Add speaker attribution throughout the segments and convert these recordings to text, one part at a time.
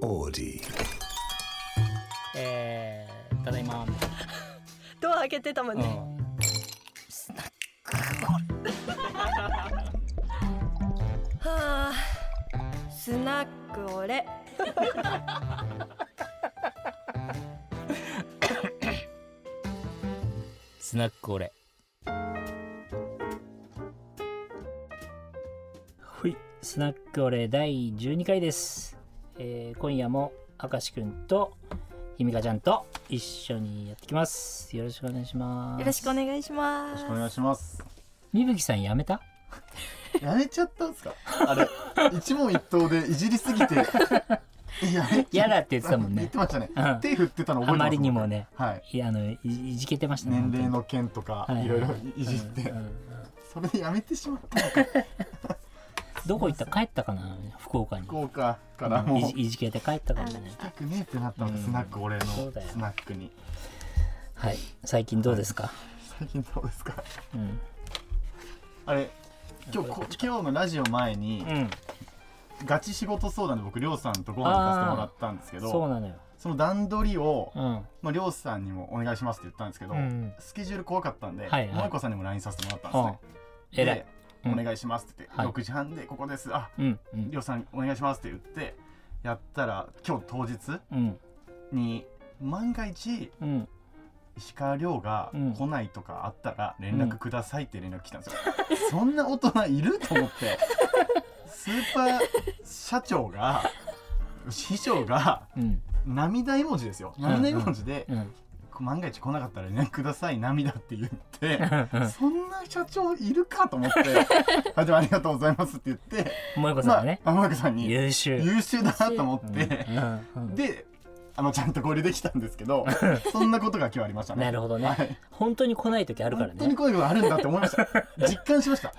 Speaker 1: オーディ
Speaker 2: えー、ただいまみたい
Speaker 3: ドア開けてたもん
Speaker 2: な、う
Speaker 3: ね。
Speaker 2: ん
Speaker 3: はあ、スナックオレ。
Speaker 2: スナック俺ほいスナック俺第12回です、えー、今夜も明石くんとひみかちゃんと一緒にやってきますよろしくお願いします
Speaker 3: よろしくお願いしま
Speaker 4: お願い
Speaker 3: す。
Speaker 4: します。
Speaker 2: みぶきさんやめた
Speaker 4: やめちゃったんですか。あれ、一問一答でいじりす ぎて。いやめ
Speaker 2: 嫌だって言ってたもん
Speaker 4: 言
Speaker 2: ね
Speaker 4: ってましたね
Speaker 2: うん。
Speaker 4: 手振ってたの覚えてま
Speaker 2: あ
Speaker 4: す。
Speaker 2: まりにもね
Speaker 4: はい。
Speaker 2: いやあのいいじけてましたね
Speaker 4: 年齢の件とか
Speaker 2: はい
Speaker 4: いろいろいじって
Speaker 2: うんうん
Speaker 4: それでやめてしまったのか
Speaker 2: どこ行った帰ったかな福岡に
Speaker 4: 福岡からもう
Speaker 2: い
Speaker 4: 行
Speaker 2: じいじけて帰ったかもしれない
Speaker 4: きたくねえってなったの
Speaker 2: う
Speaker 4: で
Speaker 2: ん
Speaker 4: スナック俺の
Speaker 2: そうだよ
Speaker 4: スナックに
Speaker 2: はい最近どうですか、
Speaker 4: 最近どうですか
Speaker 2: うん
Speaker 4: あれ今日こ今日のラジオ前に
Speaker 2: うん
Speaker 4: ガチ仕事相談で僕りょうさんとご飯行かせてもらったんですけ
Speaker 2: そう
Speaker 4: ど
Speaker 2: なのよ
Speaker 4: その段取りを
Speaker 2: うん
Speaker 4: まあ、りょうさんにもお願いしますって言ったんですけど、
Speaker 2: うん
Speaker 4: スケジュール怖かったん
Speaker 2: は
Speaker 4: で、
Speaker 2: いはい
Speaker 4: 萌子さんにも LINE させてもらったんです
Speaker 2: あ
Speaker 4: ね。
Speaker 2: えらい
Speaker 4: で、
Speaker 2: うん
Speaker 4: お願いしますって言って、
Speaker 2: はい
Speaker 4: 6時半でここです、あ
Speaker 2: うんう
Speaker 4: り
Speaker 2: ん
Speaker 4: ょうさんお願いしますって言って、やったら、今日当日
Speaker 2: うん
Speaker 4: に、万が一、
Speaker 2: うん
Speaker 4: 石川亮が
Speaker 2: うん
Speaker 4: 来ないとかあったら、連絡くださいって連絡来たんですよ。そんな大人いると 思って、スーパー社長が、師匠が、
Speaker 2: うん
Speaker 4: 涙絵文字ですよ。涙絵文字で、
Speaker 2: うん
Speaker 4: 万が一来なかったら連絡ください涙って言って
Speaker 2: うん
Speaker 4: そんな社長いるかと思って 「あでもありがとうございます」って言って
Speaker 2: 萌子さんがね、
Speaker 4: まあ天海さんに
Speaker 2: 優秀
Speaker 4: 優秀だなと思っ
Speaker 2: う
Speaker 4: て、
Speaker 2: んうん
Speaker 4: であのちゃんと合流できたんですけどそんなことが今日ありましたね。
Speaker 2: なるほどね、
Speaker 4: はい
Speaker 2: 本当に来ない時あるから
Speaker 4: 本当に
Speaker 2: ね
Speaker 4: こういうのあるんだって思いました実感しました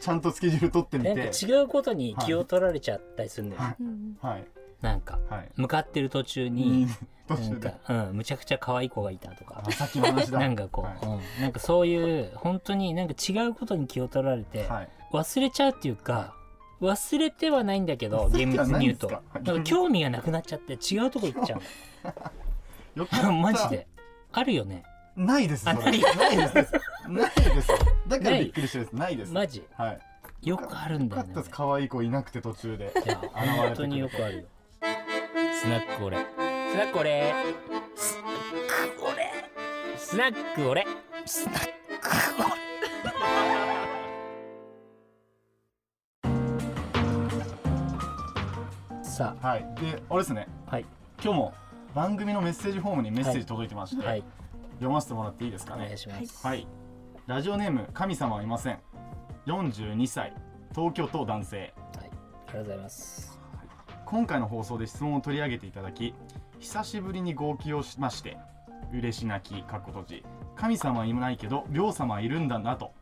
Speaker 4: ちゃんとスケジュール取ってみ
Speaker 2: なんか
Speaker 4: て
Speaker 2: 違うことに気を取られちゃったりするんだよ、
Speaker 4: は
Speaker 3: うん
Speaker 4: はい
Speaker 2: なんか
Speaker 4: はい
Speaker 2: 向かってる途中
Speaker 4: いい
Speaker 2: に
Speaker 4: ね途
Speaker 2: な
Speaker 4: 中
Speaker 2: ん
Speaker 4: で
Speaker 2: か、うん、むちゃくちゃ可愛い子がいたとか
Speaker 4: あさっきの話だ
Speaker 2: なんかこう、
Speaker 4: はい
Speaker 2: うん、なんかそういう本当になんか違うことに気を取られて、
Speaker 4: はい
Speaker 2: 忘れちゃうっていうか忘れてはないんだけど
Speaker 4: 忘れ
Speaker 2: 厳
Speaker 4: て
Speaker 2: 密
Speaker 4: は
Speaker 2: に
Speaker 4: ない
Speaker 2: 言うん
Speaker 4: です
Speaker 2: と
Speaker 4: か
Speaker 2: なんか興味がなくなっちゃって違うとこ行っちゃ
Speaker 4: よかっ
Speaker 2: う
Speaker 4: た
Speaker 2: マジであるよね
Speaker 4: ないです。そ
Speaker 2: あ
Speaker 4: れないです。ないです。だからびっくりしてるです。ないです。
Speaker 2: マジ
Speaker 4: はい。
Speaker 2: よくあるん
Speaker 4: よ
Speaker 2: だ
Speaker 4: か
Speaker 2: よ
Speaker 4: っ
Speaker 2: ね
Speaker 4: たです。可愛い子いなくて途中で。
Speaker 2: いや本当によくあるよスナックオレスナックオレスナックオレスナックオレスナックオレさ
Speaker 4: はい。で、あれですね。
Speaker 2: あはい
Speaker 4: 今日も番組のメッセージフォームにメッセージ届いてまして、
Speaker 2: はい
Speaker 4: 読ませてもらっていいですか
Speaker 2: お願い
Speaker 4: ね。
Speaker 2: します
Speaker 4: はい。ラジオネーム神様はいません。42歳、東京都男性。
Speaker 2: はいありがとうございます
Speaker 4: 今回の放送で質問を取り上げていただき久しぶりに号泣をしまして嬉し泣きかっこ閉じ神様はいないけど両様はいるんだなと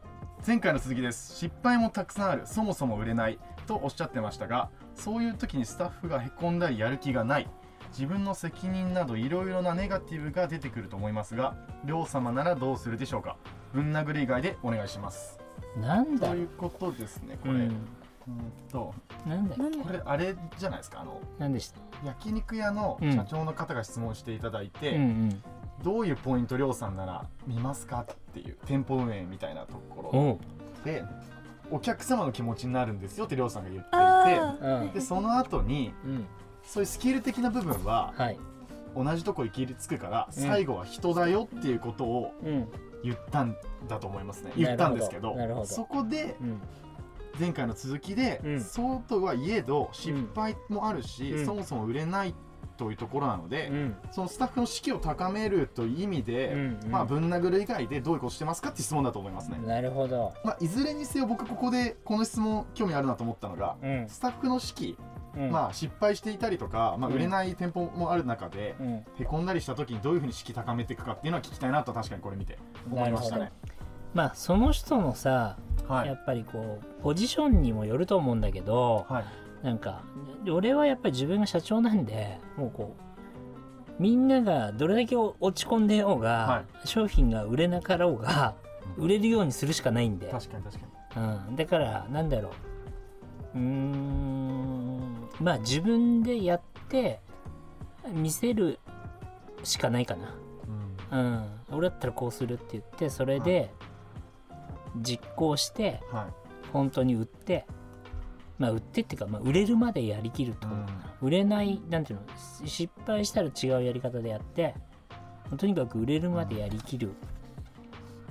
Speaker 4: 前回の続きです失敗もたくさんあるそもそも売れないとおっしゃってましたがそういう時にスタッフがへこんだりやる気がない自分の責任などいろいろなネガティブが出てくると思いますが両様ならどうするでしょうかぶん殴り以外でお願いします
Speaker 2: なん
Speaker 4: と
Speaker 2: だろ
Speaker 4: いううことですねこ
Speaker 2: う
Speaker 4: れ、うん
Speaker 2: ん
Speaker 4: と
Speaker 2: なんだっけ
Speaker 3: なん
Speaker 4: こ
Speaker 3: だ
Speaker 4: れあれじゃないですかあの
Speaker 2: なんでした
Speaker 4: 焼肉屋の
Speaker 2: うん
Speaker 4: 社長の方が質問していただいて、
Speaker 2: うんうん
Speaker 4: どういうポイント亮さんなら見ますかっていう店舗運営みたいなとこ
Speaker 2: おう
Speaker 4: ろでお客様の気持ちになるんですよって亮さんが言って
Speaker 3: あ
Speaker 4: い
Speaker 2: うん
Speaker 4: てでその後に
Speaker 2: うん
Speaker 4: そういうスキル的な部分は
Speaker 2: はい
Speaker 4: 同じとこ行き着くから
Speaker 2: うん
Speaker 4: 最後は人だよっていうことを
Speaker 2: うん
Speaker 4: 言ったんだと思いますね
Speaker 2: ほど
Speaker 4: 言ったんですけど
Speaker 2: なるほど
Speaker 4: そこで
Speaker 2: うん
Speaker 4: 前回の続きで、
Speaker 2: うん
Speaker 4: そうとはいえど失敗もあるし、
Speaker 2: うん
Speaker 4: そもそも売れないというところなので、
Speaker 2: うん
Speaker 4: そのスタッフの士気を高めるという意味で、
Speaker 2: うんうん
Speaker 4: まあぶん殴る以外でどういうことしてますかって質問だと思いますね。
Speaker 2: なるほど
Speaker 4: まあいずれにせよ僕ここでこの質問興味あるなと思ったのが、
Speaker 2: うん
Speaker 4: スタッフの士気、
Speaker 2: うん
Speaker 4: まあ失敗していたりとか、まあ
Speaker 2: うん
Speaker 4: 売れない店舗もある中で、
Speaker 2: うん
Speaker 4: へこんだりした時にどういうふうに士気高めていくかっていうのは聞きたいなと確かにこれ見て思いました
Speaker 2: な
Speaker 4: ね
Speaker 2: る。まあその人のさ、
Speaker 4: は
Speaker 2: や
Speaker 4: い
Speaker 2: っぱりこうポジションにもよると思うんだけど、
Speaker 4: はい
Speaker 2: なんか俺はやっぱり自分が社長なんでもうこうみんながどれだけ落ち込んでようが、
Speaker 4: は
Speaker 2: 商品が売れなかろうが
Speaker 4: うん
Speaker 2: 売れるようにするしかないんで、
Speaker 4: 確かに確かに。
Speaker 2: うん、だからなんだろううーんまあ自分でやって見せるしかないかな
Speaker 4: うん
Speaker 2: うん、俺だったらこうするって言ってそれで実行して
Speaker 4: はい
Speaker 2: 本当に売ってまあ売ってっていうか、まあ、売れるまでやりきると、売れないなんていうのし失敗したら違うやり方でやってとにかく売れるまでやりきる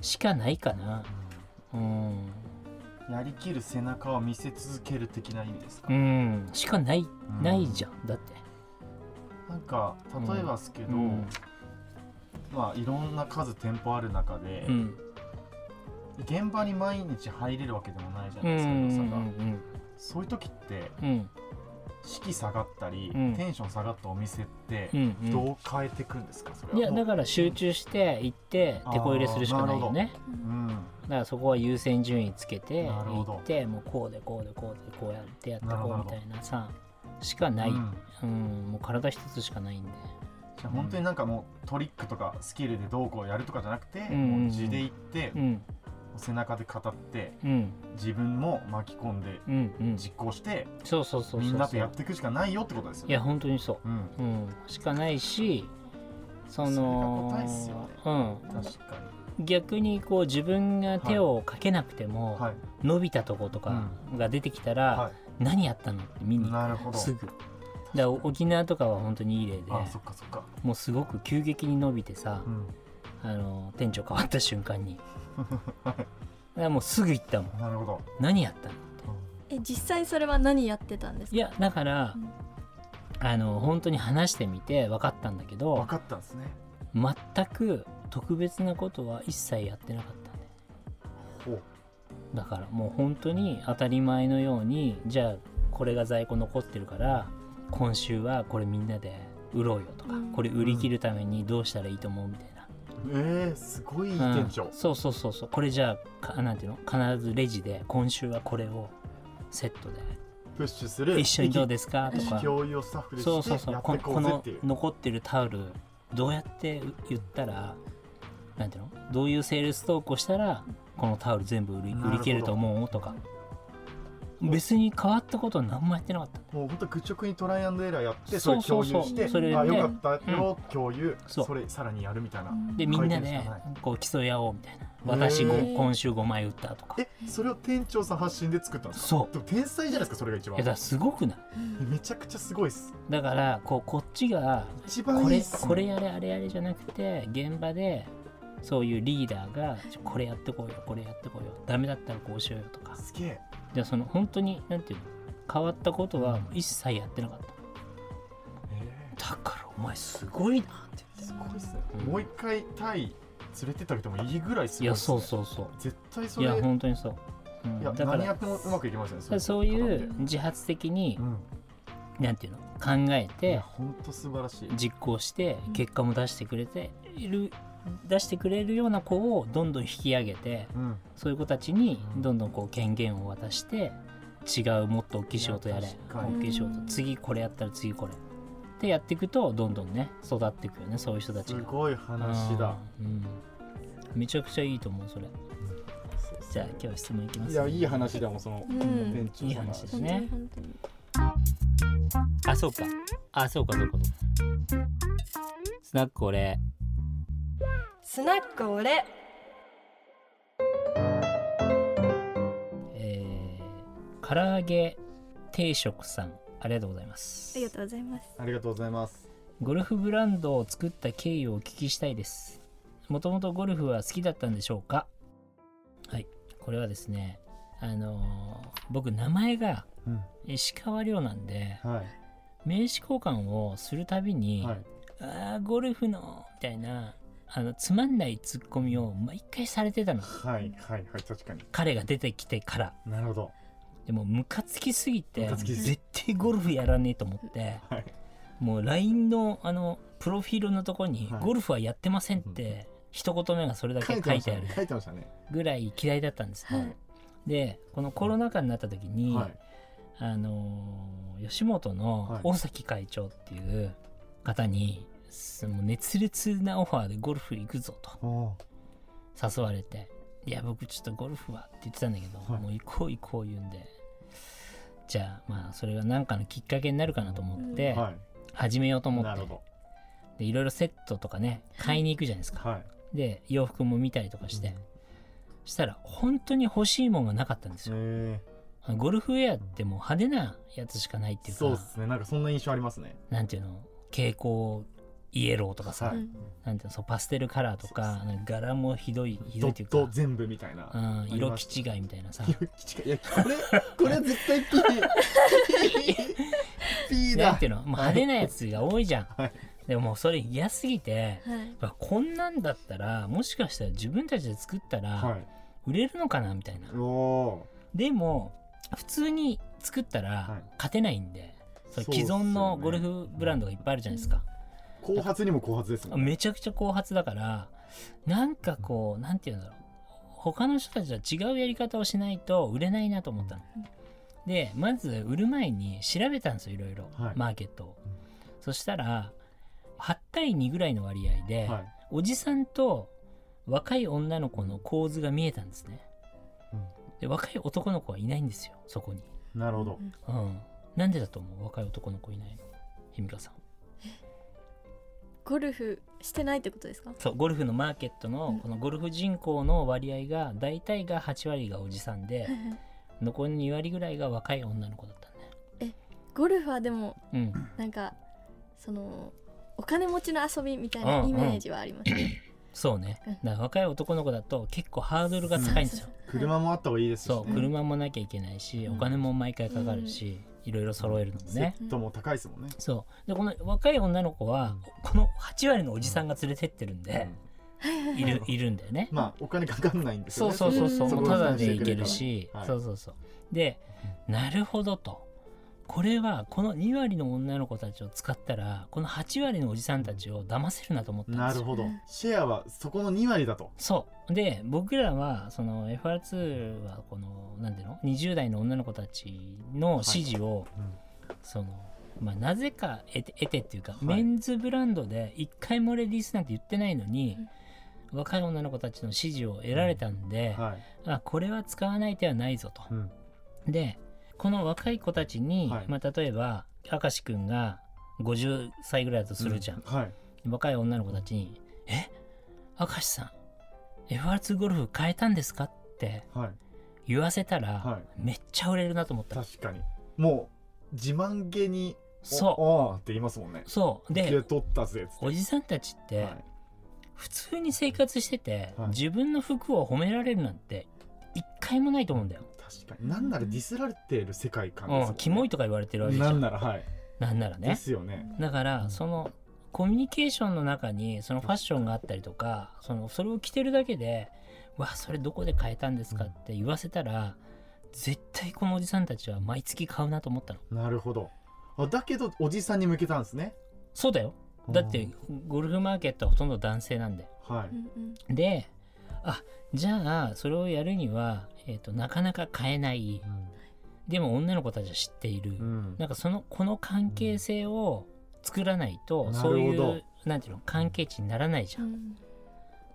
Speaker 2: しかないかなうん、
Speaker 4: うんやりきる背中を見せ続ける的な意味ですか、
Speaker 2: うん、しかない
Speaker 4: うん
Speaker 2: ないじゃんだって
Speaker 4: なんか例えばですけど、
Speaker 2: うん
Speaker 4: まあいろんな数店舗ある中で、
Speaker 2: うん
Speaker 4: 現場に毎日入れるわけでもないじゃ
Speaker 2: う
Speaker 4: ない
Speaker 2: んう
Speaker 4: です
Speaker 2: んう
Speaker 4: か、皆さんが
Speaker 2: ん
Speaker 4: そういう時って
Speaker 2: うん
Speaker 4: 士気下がったり、
Speaker 2: うん
Speaker 4: テンション下がったお店って
Speaker 2: う、ん
Speaker 4: どう変えていくんですかそれはい
Speaker 2: や
Speaker 4: もう
Speaker 2: だから集中して行って手こ入れするしかないよね
Speaker 4: うん
Speaker 2: だからそこは優先順位つけて
Speaker 4: なるほど
Speaker 2: 行ってもうこうでこうでこうでこうやってやって
Speaker 4: なるほ
Speaker 2: こ
Speaker 4: ど
Speaker 2: うみたいなさしかない、う
Speaker 4: うんん
Speaker 2: もう体一つしかないんで
Speaker 4: じゃあ本当になんかもうトリックとかスキルでどうこうやるとかじゃなくて、
Speaker 2: うん
Speaker 4: もう地で行って、
Speaker 2: うん
Speaker 4: 背中で語って
Speaker 2: うん
Speaker 4: 自分も巻き込んで
Speaker 2: うんうん
Speaker 4: 実行して、
Speaker 2: そうそうそうそう
Speaker 4: みんなとやっ
Speaker 2: い
Speaker 4: ていくしかないよってことですよね
Speaker 2: や本当にそ
Speaker 4: うん
Speaker 2: う、うん、しかないしその
Speaker 4: それが答えっすよね
Speaker 2: うん、
Speaker 4: 確か
Speaker 2: 逆にこう自分が手をかけなくても、
Speaker 4: にはい
Speaker 2: 伸びたとことかが出てきたら、
Speaker 4: は
Speaker 2: 何やったのって見
Speaker 4: い
Speaker 2: に行
Speaker 4: なるほ
Speaker 2: く
Speaker 4: ど
Speaker 2: すぐだから沖縄とかは本当にいい例で
Speaker 4: あそっかそっか
Speaker 2: もうすごく急激に伸びてさ、
Speaker 4: うん
Speaker 2: あの店長変わった瞬間 にだからもうすぐ行ったもん
Speaker 4: なるほど
Speaker 2: 何やったの
Speaker 3: え実際それは何やってたんですか
Speaker 2: いやだから、
Speaker 3: うん
Speaker 2: あの本当に話してみて分かったんだけ
Speaker 4: 分
Speaker 2: ど
Speaker 4: かったんですね
Speaker 2: 全く特別なことは一切やってなかったんだよ
Speaker 4: ほう
Speaker 2: だからもう本当に当たり前のようにじゃあこれが在庫残ってるから今週はこれみんなで売ろうよとか、
Speaker 3: うん
Speaker 2: これ売り切るためにどうしたらいいと思うみたいな
Speaker 4: えー、すごい
Speaker 2: うん
Speaker 4: 店長、
Speaker 2: そうそうそうそうこれじゃあかなんていうの必ずレジで今週はこれをセットで
Speaker 4: プッシュする
Speaker 2: 一緒にどうですかと
Speaker 4: 意
Speaker 2: か
Speaker 4: 気共有をスタッフで
Speaker 2: そうそう
Speaker 4: して
Speaker 2: そう
Speaker 4: やっ
Speaker 2: こ
Speaker 4: て
Speaker 2: の
Speaker 4: こ
Speaker 2: こ
Speaker 4: うぜっ
Speaker 2: の
Speaker 4: ていう
Speaker 2: 残ってるタオルどうやって言ったらなんていうのどういうセールストークをしたらこのタオル全部売り
Speaker 4: なるほど
Speaker 2: 売り切れると思うとか別に変わったことは何もやってなかった
Speaker 4: もう本当愚直にトライアンドエラーやってそ
Speaker 2: そ
Speaker 4: れ
Speaker 2: うそ
Speaker 4: 共
Speaker 2: う
Speaker 4: 有
Speaker 2: そう
Speaker 4: して
Speaker 2: それ
Speaker 4: あ
Speaker 2: ね
Speaker 4: よかったよ、共有
Speaker 2: そう
Speaker 4: それさらにやるみたいな、
Speaker 2: でみんな
Speaker 4: 書いてる
Speaker 2: で
Speaker 4: しかない
Speaker 2: こう競い合おうみたいな私
Speaker 4: へ
Speaker 2: ご
Speaker 3: ー
Speaker 2: 今週5枚売ったとかい
Speaker 4: えそれを店長さん発信で作ったんですか
Speaker 2: そう
Speaker 4: でも天才じゃないですかそれが一
Speaker 2: や
Speaker 4: 番
Speaker 2: だからすごくない
Speaker 4: めちゃくちゃすごいっす
Speaker 2: だからこうこっちが
Speaker 4: 一番
Speaker 2: こ
Speaker 4: いい
Speaker 2: れ
Speaker 4: っす、ね、
Speaker 2: これやれあれやれじゃなくて現場でそういうリーダーがちょこれやってこうよこれやってこうよダメだったらこうしようよとか
Speaker 4: すげえ
Speaker 2: でその本当になんていうの変わったことは一切やってなかっ
Speaker 4: え
Speaker 2: ただからお前すごいなって
Speaker 4: ーすごいっすね、
Speaker 2: うん
Speaker 4: もう一回タイ連れてってあげてもいいぐらいす
Speaker 2: い
Speaker 4: ごいっす、ね、
Speaker 2: やそうそうそ
Speaker 4: 絶対そう
Speaker 2: い
Speaker 4: れ
Speaker 2: や
Speaker 4: いや
Speaker 2: 本当にそう、うん、だから
Speaker 4: 何やってもうまくいきますよねれ
Speaker 2: そういう自発的に
Speaker 4: うん
Speaker 2: なんていうの考え
Speaker 4: いや
Speaker 2: て
Speaker 4: 本当素晴らしい
Speaker 2: 実行して結果も出してくれている出してくれるような子をどんどん引き上げて
Speaker 4: うん
Speaker 2: そういう子たちにどんどんこう権限を渡して違うもっと大きい仕事やれ
Speaker 4: いや確か
Speaker 2: 大
Speaker 4: に
Speaker 2: きい仕事次これやったら次これってやっていくとどんどんね育っていくよねそういう人たち
Speaker 4: す
Speaker 2: が
Speaker 4: ごい話だ
Speaker 2: うんめちゃくちゃいいと思うそれじゃあ今日質問いきます
Speaker 4: いやいい話だもんその
Speaker 3: うん
Speaker 4: 店長
Speaker 2: いい
Speaker 4: さんの
Speaker 2: 話です
Speaker 3: 本当
Speaker 2: ね
Speaker 3: に本当に
Speaker 2: あそうかあそうかそうかそうかスナック俺
Speaker 3: スナック俺
Speaker 2: えー、唐揚げ定食さんありがとうございます
Speaker 3: ありがとうございます
Speaker 4: ありがとうございます
Speaker 2: ゴルフブランドを作った経緯をお聞きしたいです。もともとゴルフは好きだったんでしょうかはい、これはですね、あのー僕、名前が
Speaker 4: うん
Speaker 2: 石川亮なんで、
Speaker 4: は
Speaker 2: 名刺交換をするたび
Speaker 4: い
Speaker 2: に、
Speaker 4: はい
Speaker 2: ああ、ゴルフの、みたいな、あの、つまんないツッコミを毎回されてたの。
Speaker 4: はいはいはい確かに
Speaker 2: 彼が出てきてから。
Speaker 4: なるほど
Speaker 2: でも、ムカつきすぎて、
Speaker 4: ムカつきすぎ
Speaker 2: 絶対ゴルフやらねえと思って。
Speaker 4: はい
Speaker 2: もう LINE のあのプロフィールのとこに「
Speaker 4: はい
Speaker 2: ゴルフはやってません」って一言目がそれだけ書いてある
Speaker 4: 書いてましたね
Speaker 2: ぐらい嫌いだったんです、
Speaker 3: は
Speaker 2: ね
Speaker 3: い
Speaker 2: でこのコロナ禍になった時に、
Speaker 4: はい
Speaker 2: あのー吉本の
Speaker 4: はい
Speaker 2: 大崎会長っていう方に、その熱烈なオファーでゴルフ行くぞと
Speaker 4: おー
Speaker 2: 誘われて「いや僕ちょっとゴルフは」って言ってたんだけど、
Speaker 4: はい
Speaker 2: もう行こう行こう言うんでじゃあまあそれが何かのきっかけになるかなと思って、
Speaker 4: はい
Speaker 2: 始めようと思っ
Speaker 4: なる
Speaker 2: て
Speaker 4: ほど
Speaker 2: でいろいろセットとかね買いに行くじゃないですか、
Speaker 4: はい
Speaker 2: で洋服も見たりとかして、したら本当に欲しいもんがなかったんですよ、
Speaker 4: え
Speaker 2: ゴルフウェアってもう派手なやつしかないって
Speaker 4: ー、
Speaker 2: いう
Speaker 4: そう
Speaker 2: か
Speaker 4: ですねなんかそんな印象ありますね
Speaker 2: なんていうの蛍光イエローとかさ、
Speaker 4: はい
Speaker 2: なんていうのそうパステルカラーとかなんか柄もひどいひど
Speaker 4: ド
Speaker 2: いってい
Speaker 4: ッ
Speaker 2: うか、
Speaker 4: ト全部みたいな、
Speaker 2: うん、色
Speaker 4: ま
Speaker 2: 気違いみたいなさ
Speaker 4: 色気違いいやこれこれ絶対 P ピー
Speaker 2: な
Speaker 4: だ
Speaker 2: んていうのもう派手なやつが多いじゃん、
Speaker 4: はい
Speaker 2: でももうそれ嫌すぎて
Speaker 3: はい。
Speaker 2: うわこんなんだったらもしかしたら自分たちで作ったら
Speaker 4: はい
Speaker 2: 売れるのかなみたいな、
Speaker 4: おお
Speaker 2: でも普通に作った
Speaker 4: は
Speaker 2: ら
Speaker 4: い
Speaker 2: 勝てないんで、それ
Speaker 4: そうっす
Speaker 2: 既
Speaker 4: よね
Speaker 2: 存のゴルフブランドがいっぱいあるじゃないですか、
Speaker 4: ー後発にも後発ですもんね
Speaker 2: めちゃくちゃ後発だからなんかこうなんて言うんだろう他の人たちとは違うやり方をしないと売れないなと思ったの、でまず売る前に調べたんですよいろいろ、
Speaker 4: はい
Speaker 2: マーケットをそしたら8対2ぐらいの割合で、
Speaker 4: はい
Speaker 2: おじさんと若い女の子の構図が見えたんですね、
Speaker 4: うん
Speaker 2: で若い男の子はいないんですよそこに
Speaker 4: なるほど
Speaker 2: うんなんでだと思う若い男の子いないのひみかさん
Speaker 3: ゴルフしてないってことですか。
Speaker 2: そうゴルフのマーケットのこのゴルフ人口の割合が大体が8割がおじさんで残り2割ぐらいが若い女の子だった
Speaker 3: ゴルフはでも
Speaker 2: ねうん
Speaker 3: なんかそのお金持ちの遊びみたいなイメージはありますね。
Speaker 2: そうねだから若い男の子だと結構ハードルが高いんですよ
Speaker 4: 車もあった方がいいですし、ね、
Speaker 2: そう車もなきゃいけないしお金も毎回かかるしいろいろ揃えるのもね
Speaker 4: セットも高いですもんね、
Speaker 2: そうでこの若い女の子はこの8割のおじさんが連れてってるんでいるいるんだよね
Speaker 4: まあお金かかんないんですよ
Speaker 2: そう
Speaker 4: ね
Speaker 2: そうそうそう、も
Speaker 3: うん
Speaker 2: うただでいけるし、
Speaker 4: はい
Speaker 2: そうそうそうでなるほどとこれはこの2割の女の子たちを使ったらこの8割のおじさんたちを騙せるなと思ったん
Speaker 4: な
Speaker 2: です
Speaker 4: る
Speaker 2: よ
Speaker 4: ほどシェアはそこの2割だと
Speaker 2: そうで僕らはその FR2 はこのなんていうの20代の女の子たちの支持を、そのまあなぜか得て得てっていうか、
Speaker 4: い
Speaker 2: メンズブランドで一回もレディースなんて言ってないのに、若い女の子たちの支持を得られたんで、
Speaker 4: はい、
Speaker 2: あこれは使わない手はないぞと。
Speaker 4: うん
Speaker 2: でこの若い子たちに、
Speaker 4: はい
Speaker 2: まあ、例えば明石君が50歳ぐらいだとするじゃん、
Speaker 4: はい
Speaker 2: 若い女の子たちに「え明石さん FR2 ゴルフ変えたんですか?」って
Speaker 4: はい
Speaker 2: 言わせたら、
Speaker 4: はい
Speaker 2: めっちゃ売れるなと思った
Speaker 4: 確かにもう自慢げに
Speaker 2: そう
Speaker 4: おおーって言いますもんね
Speaker 2: そう
Speaker 4: で
Speaker 2: で
Speaker 4: 取ったぜっつっ
Speaker 2: おじさんたちってて
Speaker 4: はい
Speaker 2: 普通に生活してて、
Speaker 4: はい
Speaker 2: 自分の服を褒められるなんて一回もないと思うんだよ、
Speaker 4: 確かになんならディスられてる世界観ですもんね
Speaker 2: うん、キモいとか言われてるわけじ
Speaker 4: な
Speaker 2: ゃん
Speaker 4: んならはい、
Speaker 2: なんなら
Speaker 4: で
Speaker 2: ね
Speaker 4: すよね
Speaker 2: だからそのコミュニケーションの中にそのファッションがあったりとかそのそれを着てるだけで「わそれどこで買えたんですか?」って言わせたら絶対このおじさんたちは毎月買うなと思ったの
Speaker 4: なるほどあだけどおじさんに向けたんですね
Speaker 2: そうだよだってゴルフマーケットはほとんど男性なんで
Speaker 4: はい
Speaker 3: うんうん
Speaker 2: であじゃあそれをやるには、えー、となかなか買えないでも女の子たちは知っている、
Speaker 4: うん、
Speaker 2: なんかそのこの関係性を作らないと、
Speaker 4: うん
Speaker 2: そうい
Speaker 4: なるほ
Speaker 2: うなんていうの関係値にならないじゃん
Speaker 3: う、ん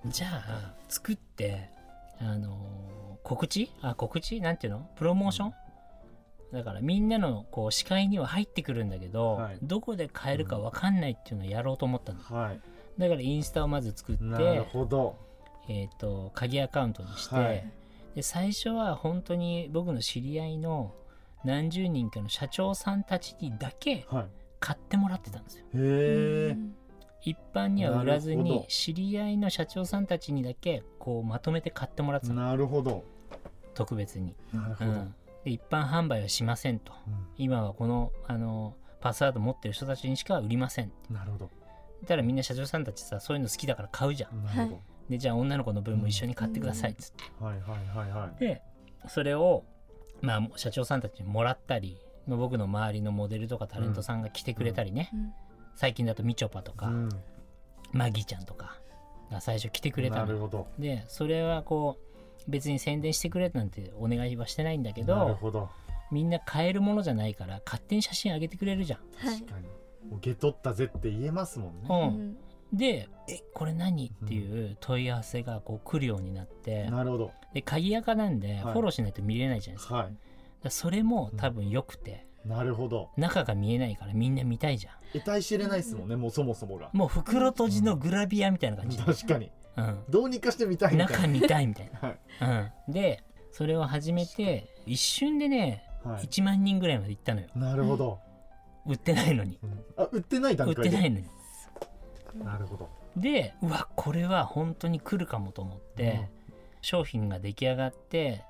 Speaker 2: じゃあ作ってあのー告知あ告知なんていうのプロモーション、だからみんなのこう視界には入ってくるんだけど、
Speaker 4: はい
Speaker 2: どこで買えるか分かんないっていうのをやろうと思ったの
Speaker 4: はい
Speaker 2: だからインスタをまず作って
Speaker 4: なるほど
Speaker 2: えー、と鍵アカウントにして、
Speaker 4: はい
Speaker 2: で最初は本当に僕の知り合いの何十人かの社長さんたちにだけ
Speaker 4: はい
Speaker 2: 買ってもらってたんですよ
Speaker 4: へえ
Speaker 2: 一般には売らず
Speaker 4: なるほ
Speaker 2: に
Speaker 4: ど
Speaker 2: 知り合いの社長さんたちにだけこうまとめて買ってもらってたの
Speaker 4: なるほど
Speaker 2: 特別に、
Speaker 4: なる
Speaker 2: う
Speaker 4: ほど、
Speaker 2: ん、で一般販売はしませんと今はこのあのパスワード持ってる人たちにしか売りません
Speaker 4: うんなるほど
Speaker 2: だからみんな社長さんたちさそういうの好きだから買うじゃん
Speaker 4: なるほ
Speaker 2: でじゃあ女の子の分も一緒に買ってくださいっつって、
Speaker 4: ど、はい、はいはいはい
Speaker 2: でそれをまあ社長さんたちにもらったりまあ僕の周りのモデルとかタレントさんが来てくれたりね、
Speaker 3: うん
Speaker 2: 最近だとみちょぱとか、
Speaker 4: うん
Speaker 2: マギちゃんとかが最初来てくれた
Speaker 4: なる
Speaker 2: の
Speaker 4: ほど
Speaker 2: でそれはこう別に宣伝してくれなんてお願いはしてないんだけ
Speaker 4: なる
Speaker 2: ど
Speaker 4: ほど
Speaker 2: みんな買えるものじゃないから勝手に写真あげてくれるじゃん。
Speaker 3: は
Speaker 4: 確かにもう受け取ったぜって言えますもんね、
Speaker 3: い。
Speaker 2: う、
Speaker 3: うんん
Speaker 2: で「えこれ何?」っていう問い合わせがこう来るようになって
Speaker 4: なるほど
Speaker 2: で鍵アカなんで
Speaker 4: い
Speaker 2: フォローしないと見れないじゃないですか,、
Speaker 4: はい
Speaker 2: それも多分良くて、
Speaker 4: なるほど
Speaker 2: 中が見えないからみんな見たいじゃ
Speaker 4: 得体知れないですもんねもうそもそもが
Speaker 2: んもう袋閉じのグラビアみたいな感じ、
Speaker 4: 確かに
Speaker 2: うん、
Speaker 4: どうにかしてみたいみた
Speaker 2: 中
Speaker 4: い
Speaker 2: 見たいみたい
Speaker 4: はい
Speaker 2: な、うん、でそれを始めて一瞬でね
Speaker 4: な、はい、
Speaker 2: 1万人ぐらいまで行ったのよ
Speaker 4: なるほど、
Speaker 2: 売ってないのに
Speaker 4: うんあ売ってない
Speaker 2: 売
Speaker 4: 段
Speaker 2: って
Speaker 4: 階で
Speaker 2: ないのに
Speaker 4: なるほど
Speaker 2: でうわこれは本当に来るかもと思って、
Speaker 4: うん
Speaker 2: 商品が出来上がって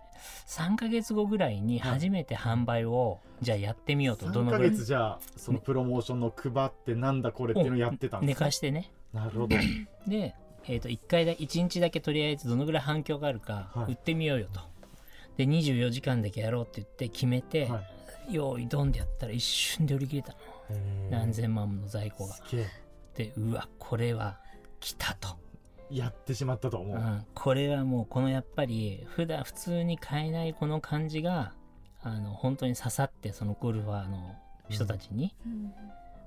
Speaker 2: 3ヶ月後ぐらいに初めて販売を、じゃあやってみようとど
Speaker 4: 3
Speaker 2: の
Speaker 4: ヶ
Speaker 2: ぐらい
Speaker 4: 月じゃあそのプロモーションの配ってなんだこれっていうのやってたんで
Speaker 2: 寝
Speaker 4: すか
Speaker 2: かしてね
Speaker 4: なるほど
Speaker 2: で、えー、と1回だ1日だけとりあえずどのぐらい反響があるか
Speaker 4: は
Speaker 2: 売
Speaker 4: い
Speaker 2: ってみようよと、で24時間だけやろうって言って決めて、
Speaker 4: はい
Speaker 2: 用意ドンでやったら一瞬で売り切れたの、
Speaker 4: へー
Speaker 2: 何千万もの在庫が
Speaker 4: すげえ
Speaker 2: でうわこれは来たと。
Speaker 4: やってしまったと思う、
Speaker 2: うん、これはもうこのやっぱり普段普通に買えないこの感じがあの本当に刺さってそのゴルファーの人たちに、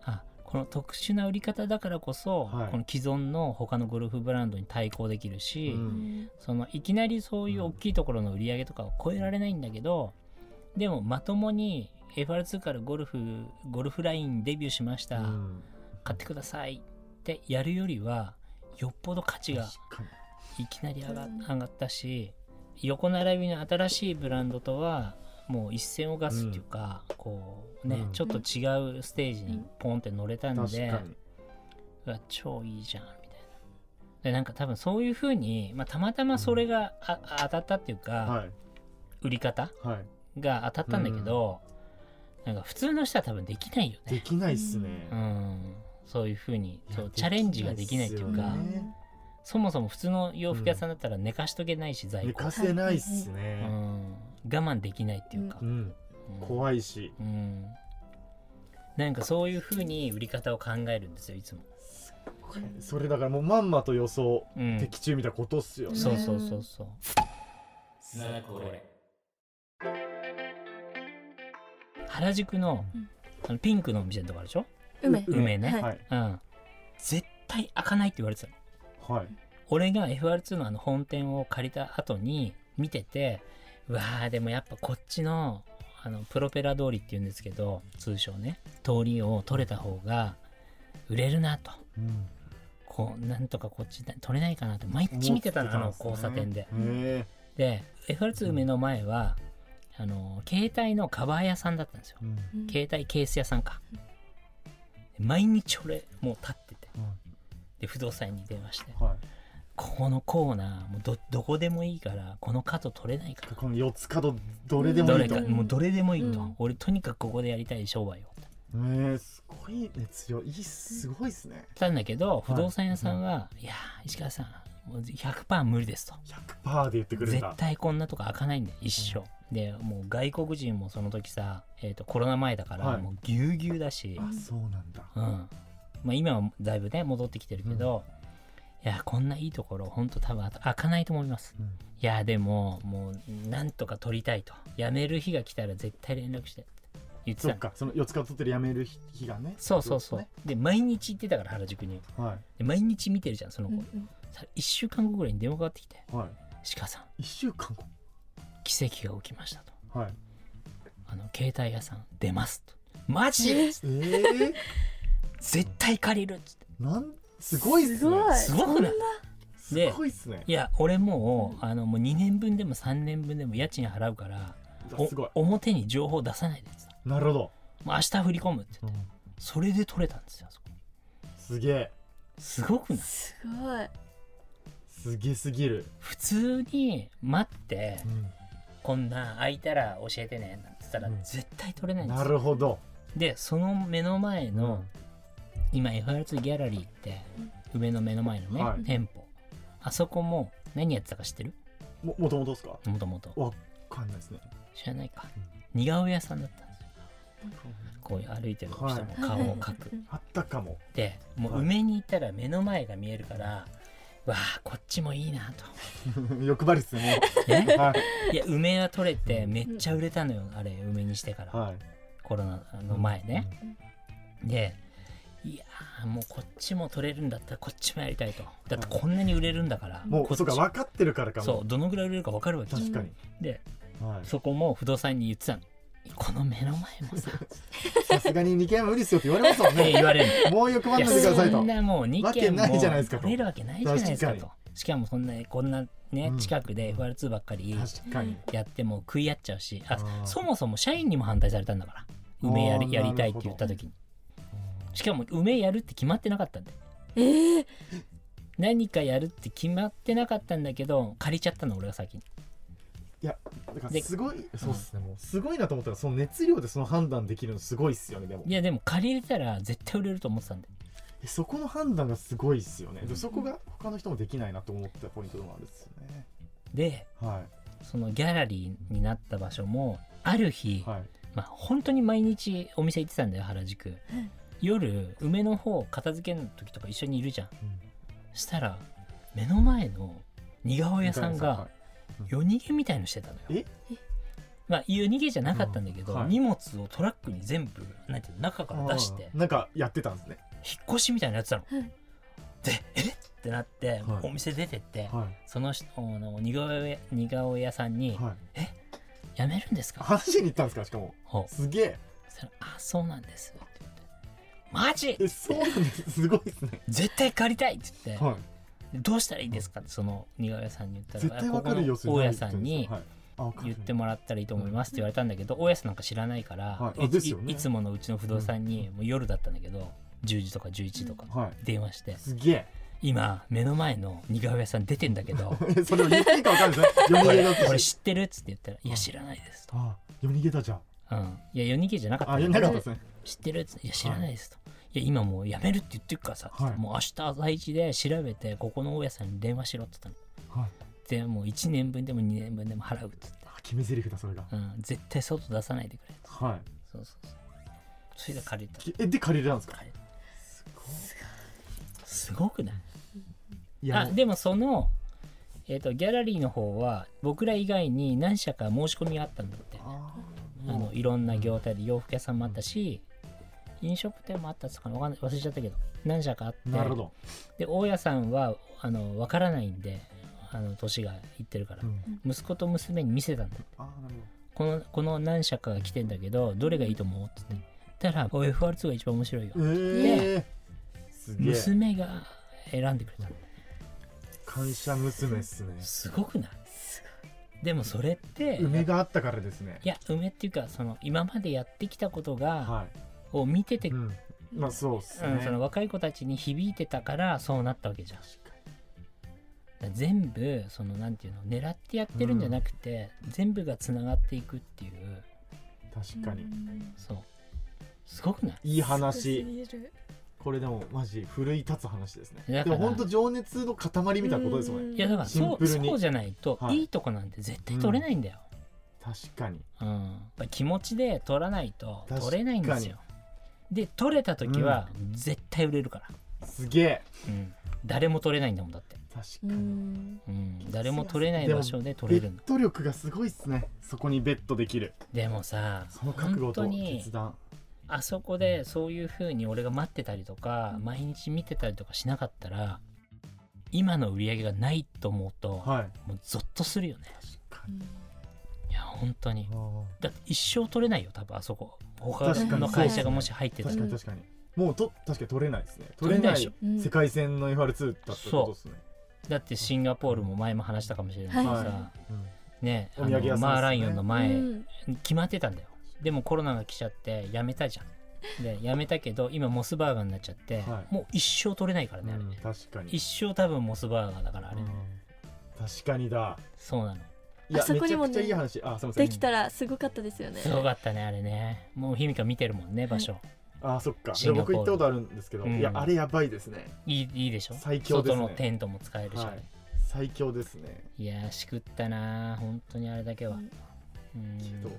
Speaker 2: あこの特殊な売り方だからこそ、
Speaker 4: はい
Speaker 2: この既存の他のゴルフブランドに対抗できるし、
Speaker 4: うん
Speaker 2: そのいきなりそういう大きいところの売り上げとかを超えられないんだけど、でもまともに FR2 からゴルフゴルフラインデビューしました、
Speaker 4: うん
Speaker 2: 買ってくださいってやるよりはよっぽど価値が
Speaker 4: 確かに
Speaker 2: いきなり上が
Speaker 3: うん
Speaker 2: 上がったし横並びの新しいブランドとはもう一線を画すっていうか、こうね、
Speaker 4: うん
Speaker 2: ちょっと違うステージにポンって乗れたん
Speaker 4: 確
Speaker 2: で、
Speaker 4: かに
Speaker 2: うわ超いいじゃんみたいな。でなんか多分そういう風に、まあ、たまたまそれがあ、当たったっていうか、
Speaker 4: はい
Speaker 2: 売り方
Speaker 4: はい
Speaker 2: が当たったんだけど、なんか普通の人は多分できないよ
Speaker 4: で
Speaker 2: ね。
Speaker 4: きないっすね
Speaker 2: う、んそういう風に
Speaker 4: いや
Speaker 2: そう
Speaker 4: できないっすよね
Speaker 2: チャレンジができないっていうか、
Speaker 4: ね
Speaker 2: そもそも普通の洋服屋さんだったら寝かしとけないし在
Speaker 4: 寝
Speaker 2: 庫
Speaker 4: かせないっす
Speaker 2: う
Speaker 4: ね、
Speaker 2: ん我慢できないっていうか、
Speaker 4: うん
Speaker 2: うん
Speaker 4: 怖いし
Speaker 2: うんなんかそういう風に売り方を考えるんですよいつも、
Speaker 4: それだからもうまんまと予想、
Speaker 2: うん
Speaker 4: 的中みたいなことっすよね
Speaker 2: そうそうそうそう原宿の,、
Speaker 3: うん
Speaker 2: あのピンクのお店のとこあるでしょ、
Speaker 3: 梅
Speaker 2: 梅ね
Speaker 3: はい
Speaker 4: はい
Speaker 2: うん、絶対開かないって言われてたの
Speaker 4: はい
Speaker 2: 俺が FR2 のあの本店を借りた後に見ててうわーでもやっぱこっちのあのプロペラ通りって言うんですけど通称ね通りを取れた方が売れるなと
Speaker 4: うん
Speaker 2: こうなんとかこっちで取れないかなって毎日見てたのあの交差点で
Speaker 4: へえ
Speaker 2: で FR2 梅の前はあの携帯のカバー屋さんだったんですよ
Speaker 4: うん
Speaker 2: 携帯ケース屋さんか毎日俺もう立っててで不動産屋に電話して
Speaker 4: はい
Speaker 2: ここのコーナーもうどどこでもいいからこの角取れないか
Speaker 4: この四つ角どれで
Speaker 2: ら
Speaker 4: も
Speaker 2: ど
Speaker 4: いい
Speaker 2: れ
Speaker 4: と
Speaker 2: か
Speaker 4: ね
Speaker 2: もうどれでもいいと、
Speaker 3: うん
Speaker 2: 俺とにかくここでやりたい商売を
Speaker 4: えすごい熱量いいっすすごいっすね
Speaker 2: たんだけど不動産屋さんは、いやー石川さんもう100%無理ですと
Speaker 4: 100%で言ってくれ
Speaker 2: 絶
Speaker 4: た
Speaker 2: 対こんなとこ開かないんだよ一生、でもう外国人もその時さ、えー、とコロナ前だから、
Speaker 4: はい
Speaker 2: もうぎゅうぎゅうだし、
Speaker 4: あそうなんだ
Speaker 2: うんまあ、今はだいぶね戻ってきてるけど、いやこんないいところほんと多分開かないと思います
Speaker 4: うん
Speaker 2: いやでももうなんとか取りたいと辞める日が来たら絶対連絡してって言ってた
Speaker 4: そ
Speaker 2: の
Speaker 4: っかその四つ角取ってるやめる日がね
Speaker 2: そうそうそう
Speaker 4: ってこ
Speaker 2: で毎日行ってたから原宿に
Speaker 4: とねは
Speaker 2: で毎日見てるじゃんその子、
Speaker 3: うん
Speaker 2: さ1週間後ぐらいに電話かかってきて
Speaker 4: いはい
Speaker 2: 「鹿さん
Speaker 4: 一週間後
Speaker 2: 奇跡が起きました」と
Speaker 4: はい
Speaker 2: 「あの携帯屋さん出ます」と「マジ
Speaker 4: えー、
Speaker 2: 絶対借りる」っつって
Speaker 4: なんすごいっすね
Speaker 2: すごくない
Speaker 4: す
Speaker 2: で
Speaker 4: ごいっすね
Speaker 2: いや俺もうあのもう2年分でも3年分でも家賃払うから
Speaker 4: うわ
Speaker 2: お
Speaker 4: すごい
Speaker 2: 表に情報出さないでって言ってた
Speaker 4: なるほど、
Speaker 2: もう明日振り込むって言
Speaker 4: う
Speaker 2: って
Speaker 4: ん
Speaker 2: それで取れたんですよそこ
Speaker 4: すげえ
Speaker 2: すごくない
Speaker 3: すごい
Speaker 4: すげえすぎる、
Speaker 2: 普通に待って
Speaker 4: うん
Speaker 2: こんな空いたら教えてねなんて言ったら
Speaker 4: うん
Speaker 2: 絶対取れないんです
Speaker 4: な
Speaker 2: よ
Speaker 4: るほど
Speaker 2: でその目の前の、
Speaker 4: うん
Speaker 2: 今 FR2 ギャラリーって上の目の前のね、
Speaker 4: はい
Speaker 2: 店舗あそこも何やってたか知ってる
Speaker 4: ももともとですか
Speaker 2: もともと
Speaker 4: わかんないですね
Speaker 2: 知らないか
Speaker 4: うん
Speaker 2: 似顔絵屋さんだったんですよこういう歩いてる人の顔を描 く、
Speaker 4: あったかも
Speaker 2: でもう
Speaker 4: はい
Speaker 2: 梅にいたら目の前が見えるからわあこっちもいいな
Speaker 4: 欲張りっすね
Speaker 2: と、ね
Speaker 4: もう、はい
Speaker 2: いや梅は取れてめっちゃ売れたのよあれ梅にしてから、
Speaker 4: はい
Speaker 2: コロナの前ね、でいやーもうこっちも取れるんだったらこっちもやりたいとだってこんなに売れるんだから、
Speaker 4: も
Speaker 2: こ
Speaker 4: う
Speaker 2: っち
Speaker 4: そうか分かってるからかも
Speaker 2: そうどのぐらい売れるか分かるわけじゃん
Speaker 4: 確かに、
Speaker 2: で
Speaker 4: はい、
Speaker 2: そこも不動産に言ってたのこの目の前もさ
Speaker 4: さすがに2件は無理ですよって言われますもん
Speaker 2: って
Speaker 4: ね
Speaker 2: 言われる
Speaker 4: もう 欲張ん
Speaker 2: い
Speaker 4: ない
Speaker 2: や
Speaker 4: でください
Speaker 2: そ
Speaker 4: と
Speaker 2: んなもう2
Speaker 4: わけ
Speaker 2: 件も
Speaker 4: ないじゃないですかと
Speaker 2: 取れるわけないじゃないですか
Speaker 4: 確
Speaker 2: としかもそんなこんなね
Speaker 4: うん
Speaker 2: 近くで FR2 ばっかり
Speaker 4: 確かに
Speaker 2: やっても食い合っちゃうしあ
Speaker 4: うん
Speaker 2: そもそも社員にも反対されたんだから梅や
Speaker 4: あ
Speaker 2: り
Speaker 4: ー
Speaker 2: やりたいって言った時にしかも梅やるって決まってなかったんだよ
Speaker 3: ええ
Speaker 2: 何かやるって決まってなかったんだけど借りちゃったの俺が先に
Speaker 4: だから
Speaker 2: です
Speaker 4: ごいそうっすねもうすごいなと思ったらその熱量でその判断できるのすごいっすよねでも
Speaker 2: いやでも借りれたら絶対売れると思ってたんだよ
Speaker 4: えそこの判断がすごいっすよねでそこが他の人もできないなと思ったポイントでもあるんですよね
Speaker 2: で
Speaker 4: は
Speaker 2: そのギャラリーになった場所もある日、
Speaker 4: いはい
Speaker 2: まあ本当に毎日お店行ってたんだよ原宿、夜梅の方片付けの時とか一緒にいるじゃんしたら目の前の似顔
Speaker 4: お
Speaker 2: 屋さんが夜逃げみたいのしてたのよ
Speaker 4: え
Speaker 2: まあ夜逃げじゃなかったんだけど、
Speaker 4: うんはい
Speaker 2: 荷物をトラックに全部なんていうの中から出して
Speaker 4: なんかやってたんですね
Speaker 2: 引っ越しみたいなのやってたの、
Speaker 3: うん
Speaker 2: でえってなって、
Speaker 4: はい
Speaker 2: お店出てって、
Speaker 4: は
Speaker 2: その人の似顔絵似顔絵屋さん
Speaker 4: い
Speaker 2: に
Speaker 4: はい
Speaker 2: 「やめるんですか
Speaker 4: 話しに行ったんですかしかも
Speaker 2: ほう
Speaker 4: すげえ
Speaker 2: そしたらあそうなんです」って言って「マジ
Speaker 4: えそうな んですすごいですね
Speaker 2: 絶対借りたい!」って言って
Speaker 4: はい
Speaker 2: 「どうしたらいいですか?」ってその似顔絵屋さんに言った
Speaker 4: 絶
Speaker 2: ら
Speaker 4: 対わかるよ
Speaker 2: ここの大家さんに
Speaker 4: はいあわかる
Speaker 2: 言ってもらったらいいと思いますって言われたんだけど大家さんなんか知らないから、
Speaker 4: はい
Speaker 2: い
Speaker 4: あですよね
Speaker 2: いいつものうちの不動産にもう夜だったんだけど10時とか11時とか
Speaker 4: はい
Speaker 2: 電話して
Speaker 4: すげえ
Speaker 2: 「今目の前の似顔絵屋さん出てんだけ ど
Speaker 4: えそれを言っていいかわかんな いですね
Speaker 2: こ
Speaker 4: 夜逃
Speaker 2: れ
Speaker 4: げだった
Speaker 2: これ
Speaker 4: し
Speaker 2: 知ってる?」っつって言ったら「いや知らないです」と
Speaker 4: あ夜逃げだじゃん
Speaker 2: 「うん、いや夜逃げじゃなかった
Speaker 4: あ
Speaker 2: ん
Speaker 4: や
Speaker 2: だ
Speaker 4: ん
Speaker 2: け
Speaker 4: なかっ
Speaker 2: ど
Speaker 4: たですね
Speaker 2: 知ってる?」っつって「いや知らないです」と。いや今もうやめるって言ってるからさ、
Speaker 4: はい
Speaker 2: もう明日朝一で調べてここの大家さんに電話しろって言ったの
Speaker 4: はい
Speaker 2: でもう1年分でも2年分でも払うっつって、
Speaker 4: あ決め台詞だそれが
Speaker 2: うん、絶対外出さないでくれ
Speaker 4: は
Speaker 2: そうそうそうそれで借りた
Speaker 4: いきえで借りれたんですか
Speaker 2: 借りすごくない
Speaker 4: いや
Speaker 2: あ
Speaker 4: もう
Speaker 2: でもその、えー、とギャラリーの方は僕ら以外に何社か申し込みがあったんだって
Speaker 4: あ
Speaker 2: あのいろんな業態で洋服屋さんもあったし飲食店もあったっつうかなわかんない忘れちゃったけど何社かあって
Speaker 4: ーなるほど
Speaker 2: で大家さんはあのわからないんであの年がいってるから、
Speaker 4: うん
Speaker 2: 息子と娘に見せたんだ
Speaker 4: あーなる
Speaker 2: このこの何社かが来てんだけどどれがいいと思うっつってたら「お FR2 が一番面白いよ
Speaker 4: ほ」どええすげえ
Speaker 2: 娘が選んでくれたの
Speaker 4: 感謝娘っすね
Speaker 2: すごくないでもそれって
Speaker 4: 梅があったからですね
Speaker 2: いや梅っていうかその今までやってきたことが
Speaker 4: は
Speaker 2: を見てて、
Speaker 4: い
Speaker 2: うん
Speaker 4: うんまあそうっす
Speaker 2: そ
Speaker 4: ね
Speaker 2: の若い子たちに響いてたからそうなったわけじゃん全部そのなんていうの狙ってやってるんじゃなくて、全部がつながっていくっていう
Speaker 4: 確かに
Speaker 2: そうすごくない
Speaker 4: いい
Speaker 3: す
Speaker 4: 話
Speaker 3: ぎる
Speaker 4: これでもマジ奮い立つ話ですね
Speaker 2: だから
Speaker 4: でも本当情熱の塊みたいなことですもんね
Speaker 3: うん
Speaker 2: いやだから
Speaker 4: シ
Speaker 2: そ
Speaker 4: ンプ
Speaker 2: う
Speaker 4: ルに
Speaker 2: そうじゃないと、
Speaker 4: はい
Speaker 2: い、いとこなんて絶対取れないんだよ、
Speaker 4: 確かに
Speaker 2: うんやっぱ気持ちで取らないと
Speaker 4: 確かに
Speaker 2: 取れないんですよで取れた時は絶対売れるから、
Speaker 4: すげえ
Speaker 2: うん誰も取れないんだもんだって、
Speaker 4: 確
Speaker 3: う
Speaker 4: かに
Speaker 3: ん
Speaker 2: うん、誰も取れない場所で取
Speaker 4: ベ
Speaker 2: れるん
Speaker 4: ッ
Speaker 2: だ
Speaker 4: ド力がすごいっすねそこにベッドできる
Speaker 2: でもさ
Speaker 4: その覚悟
Speaker 2: 本当
Speaker 4: と
Speaker 2: に
Speaker 4: 決断
Speaker 2: あそこでそういう風に俺が待ってたりとか毎日見てたりとかしなかったら今の売り上げがないと思うと、
Speaker 4: はい
Speaker 2: もうゾッとするよね
Speaker 4: 確か
Speaker 3: う
Speaker 4: に
Speaker 3: ん
Speaker 2: いや本当にだって一生取れないよ多分あそこ他
Speaker 4: 確
Speaker 3: か
Speaker 2: の
Speaker 3: に
Speaker 2: 会社がもし入ってたら
Speaker 4: 確かに確かにもうと確かに取れないですね
Speaker 2: 取れ
Speaker 4: 取れ
Speaker 2: ない
Speaker 4: な
Speaker 2: でしょ
Speaker 4: い世界戦の FR2 だったことですね
Speaker 2: だってシンガポールも前も話したかもしれないけどさ、
Speaker 4: はうん
Speaker 2: ね
Speaker 4: お土産屋さんです
Speaker 2: あ
Speaker 4: ね
Speaker 2: のマーライオンの前、
Speaker 3: うん
Speaker 2: 決まってたんだよでもコロナが来ちゃってやめたじゃんでやめたけど今モスバーガーになっちゃって、
Speaker 4: は
Speaker 2: もう一生取れないからねあれね、
Speaker 4: うん確かに
Speaker 2: 一生多分モスバーガーだからあれ、
Speaker 4: うん確かにだ
Speaker 2: そうなの
Speaker 4: いや
Speaker 3: あそこにも
Speaker 4: めちゃくちゃいい
Speaker 3: ね
Speaker 4: 話あすみません
Speaker 3: できたらすごかったですよね
Speaker 2: すごかったねあれねもうひみか見てるもんね場所、
Speaker 4: あそっか
Speaker 2: シンガポール
Speaker 4: 僕行ったことあるんですけど
Speaker 2: うん
Speaker 4: いやあれやばいですね
Speaker 2: い、いいいでしょ
Speaker 4: 最強ですね
Speaker 2: 外のテントも使えるし、
Speaker 4: はい最強ですね
Speaker 2: い、やーしくったなー本当にあれだけは、
Speaker 3: うん
Speaker 2: うん
Speaker 4: けど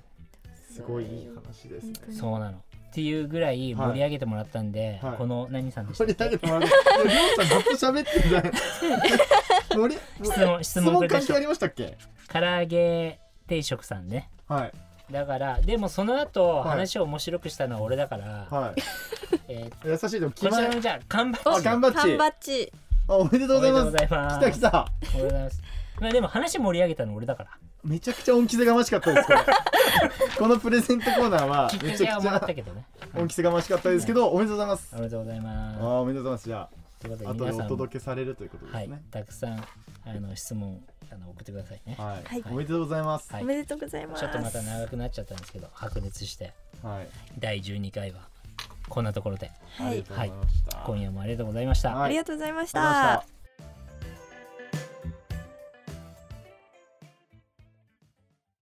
Speaker 4: すごいいい話ですね
Speaker 2: そうなの。っていうぐらい盛り上げてもらったんで、
Speaker 4: はいはい
Speaker 2: この何さんでし
Speaker 4: こ
Speaker 2: たっけ
Speaker 4: れだけど、あの、りょうさんずっと喋っ てんじゃない。俺、
Speaker 2: 質問質
Speaker 4: 質
Speaker 2: 問く
Speaker 4: 問
Speaker 2: れたで
Speaker 4: 関
Speaker 2: し
Speaker 4: 係
Speaker 2: ょ
Speaker 4: ありましたっけ。
Speaker 2: 唐揚げ定食さんね。
Speaker 4: はい、
Speaker 2: だからでもその後、
Speaker 4: はい
Speaker 2: 話を面白くしたのは俺だから、
Speaker 4: はい、
Speaker 2: えー
Speaker 4: 優しいでも、決
Speaker 2: こち
Speaker 4: ま
Speaker 2: ら
Speaker 4: ら
Speaker 2: のじゃあ看板お
Speaker 4: あ、
Speaker 2: めで
Speaker 4: 頑張っち。
Speaker 3: 缶バッチ
Speaker 4: あ、おめでとうございます。
Speaker 2: いま
Speaker 4: 来た来た。
Speaker 2: おめでとうございます。まあでも話盛り上げたの俺だから
Speaker 4: めちゃくちゃ恩着せがましかった ですこれこのプレゼントコーナーは
Speaker 2: きっ
Speaker 4: め
Speaker 2: か
Speaker 4: ち
Speaker 2: け
Speaker 4: ゃ
Speaker 2: は
Speaker 4: く
Speaker 2: も
Speaker 4: ち
Speaker 2: らった
Speaker 4: ゃ
Speaker 2: けどね
Speaker 4: 恩着せがましかったですけどおめでとうございま
Speaker 2: お
Speaker 4: す
Speaker 2: めでとうござい
Speaker 4: あ
Speaker 2: ま
Speaker 4: ーおめでとうございますじゃ
Speaker 2: すという
Speaker 4: あ
Speaker 2: こと
Speaker 4: 後
Speaker 2: で
Speaker 4: で
Speaker 2: 皆さ
Speaker 4: お
Speaker 2: んも
Speaker 4: 届けされるということで
Speaker 2: は
Speaker 4: す
Speaker 2: い
Speaker 4: ね
Speaker 2: たくさんあの質問あの送ってくださいね
Speaker 4: はい、
Speaker 3: はい
Speaker 4: おめでとうございます
Speaker 2: は
Speaker 3: お
Speaker 2: い
Speaker 3: めでとうございます
Speaker 2: ちょっとまた長くなっちゃったんですけど白熱して
Speaker 4: はい、
Speaker 2: 第12回はこんなところで
Speaker 4: あ
Speaker 3: は
Speaker 4: り
Speaker 3: い
Speaker 4: がとうございました、
Speaker 2: 今夜もありがとうございました
Speaker 4: は
Speaker 3: あ
Speaker 4: い
Speaker 3: りがとうございまし
Speaker 4: ありがとうございました
Speaker 3: た